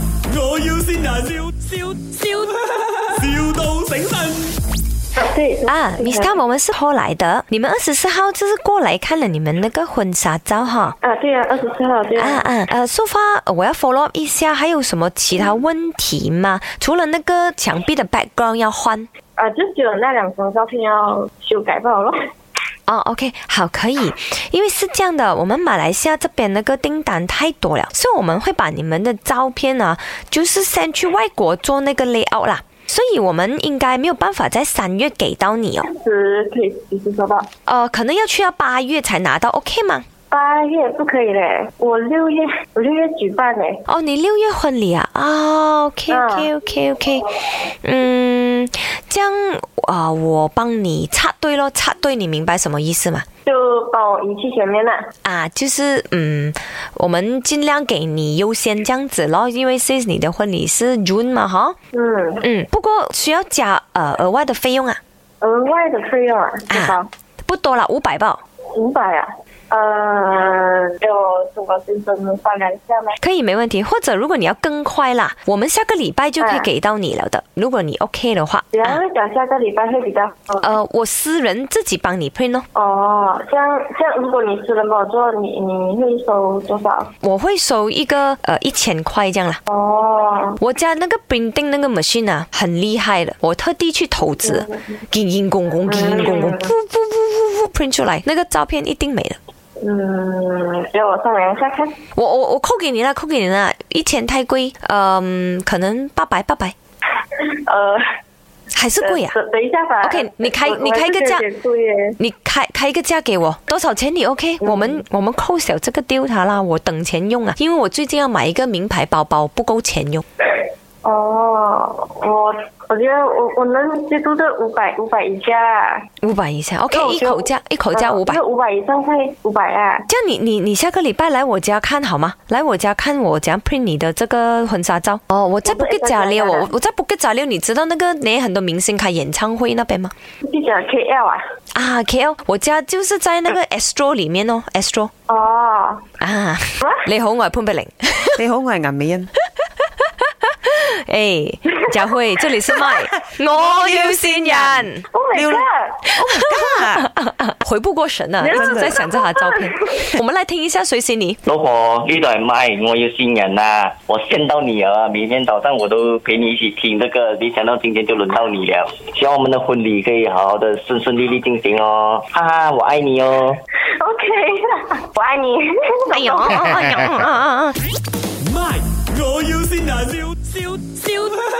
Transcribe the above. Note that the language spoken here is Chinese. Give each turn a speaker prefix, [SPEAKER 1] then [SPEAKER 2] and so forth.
[SPEAKER 1] 要先人，笑笑笑，,笑到醒神。
[SPEAKER 2] 对
[SPEAKER 3] 啊，Miss Tam，我们是后来的，你们二十四号就是过来看了你们那个婚纱照哈。
[SPEAKER 2] 啊，对啊，二十四号对
[SPEAKER 3] 啊
[SPEAKER 2] 啊。
[SPEAKER 3] 啊，呃，说法我要 follow up 一下，还有什么其他问题吗？除了那个墙壁的 background 要换。
[SPEAKER 2] 啊，就只有那两张照片要修改罢 了。
[SPEAKER 3] 哦、o k 好，可以，因为是这样的，我们马来西亚这边那个订单太多了，所以我们会把你们的照片呢、就是 send 去外国做那个 layout 啦，所以我们应该没有办法在三月给到你哦，
[SPEAKER 2] 是可以及时收到。
[SPEAKER 3] 呃，可能要去到八月才拿到，OK 吗？
[SPEAKER 2] 八月不可以嘞，我六月我六月举办嘞。
[SPEAKER 3] 哦，你六月婚礼啊？啊、o k OK OK OK，嗯，这样啊、我帮你插队咯，插队，你明白什么意思吗？
[SPEAKER 2] 就帮我移去前面啦。
[SPEAKER 3] 啊，就是嗯，我们尽量给你优先这样子咯，因为是你的婚礼是 June 嘛，哈，
[SPEAKER 2] 嗯，
[SPEAKER 3] 嗯，不过需要加呃额外的费用啊，
[SPEAKER 2] 额外的费用啊，多少
[SPEAKER 3] 啊？不多了，五百吧，
[SPEAKER 2] 五百啊。呃，有什么先生商量一下吗？
[SPEAKER 3] 可以没问题。或者如果你要更快啦，我们下个礼拜就可以
[SPEAKER 2] 啊
[SPEAKER 3] 给到你了的，如果你 OK 的话，
[SPEAKER 2] 然
[SPEAKER 3] 啊
[SPEAKER 2] 后讲下个礼拜会比较好。
[SPEAKER 3] 呃，我私人自己帮你 print 哦，
[SPEAKER 2] 哦，这样这样，如果你私人帮我做，你你会收多少？
[SPEAKER 3] 我会收一个呃一千块这样啦。
[SPEAKER 2] 哦，
[SPEAKER 3] 我家那个 printing 那个 machine 啊，很厉害的，我特地去投资，叮叮咣咣，叮叮咣咣，噗噗噗噗噗 print 出来，那个照片一定美的。
[SPEAKER 2] 嗯，给我商量一下看。
[SPEAKER 3] 我我我扣给你了，扣给你了，一千太贵，嗯，可能八百八百
[SPEAKER 2] 呃，
[SPEAKER 3] 还是贵啊。
[SPEAKER 2] 等等一下吧。
[SPEAKER 3] OK，你开
[SPEAKER 2] 我
[SPEAKER 3] 你开个价
[SPEAKER 2] 我还是觉得有点贵耶
[SPEAKER 3] 你开开一个价给我，多少钱你 OK？、我们我们扣小这个丢它啦，我等钱用啊，因为我最近要买一个名牌包包，不够钱用。
[SPEAKER 2] 哦，我我觉得我我能接受这五百五百以下，
[SPEAKER 3] 五百以下，OK，
[SPEAKER 2] 那我
[SPEAKER 3] 一
[SPEAKER 2] 就
[SPEAKER 3] 口价一口价五百。
[SPEAKER 2] 五百以上会五百啊。
[SPEAKER 3] 这样你你你下个礼拜来我家看好吗？来我家看我怎样 print 你的这个婚纱照。哦，我在
[SPEAKER 2] 我不
[SPEAKER 3] Bukit
[SPEAKER 2] 在家的
[SPEAKER 3] Jalil，我我在 Bukit Jalil，你知道那个你很多明星开演唱会那边吗？
[SPEAKER 2] 记者 KL 啊？
[SPEAKER 3] 啊，KL，我家就是在 那个 Astro 里面哦，Astro
[SPEAKER 2] 哦，
[SPEAKER 3] 啊
[SPEAKER 2] 什么。
[SPEAKER 3] 你好，我系潘碧玲。
[SPEAKER 4] 你好，我係顏美欣。
[SPEAKER 3] 诶、佳慧，这里是 麦，我要新人，
[SPEAKER 2] Oh my
[SPEAKER 4] 六
[SPEAKER 2] god！
[SPEAKER 3] 回不过神啊，一直在想这他照 片。我们来听一下谁是你。
[SPEAKER 5] 老婆，呢度系麦，我要新人啦！我见到你了，明天早上我都陪你一起听这个，没想到今天就轮到你了。希望我们的婚礼可以好好的顺顺利利进行哦！哈哈，我爱你哦！
[SPEAKER 2] OK，我 爱你。
[SPEAKER 3] 哎呦，哎呦，啊啊啊啊！
[SPEAKER 1] My，我要先人，笑笑笑。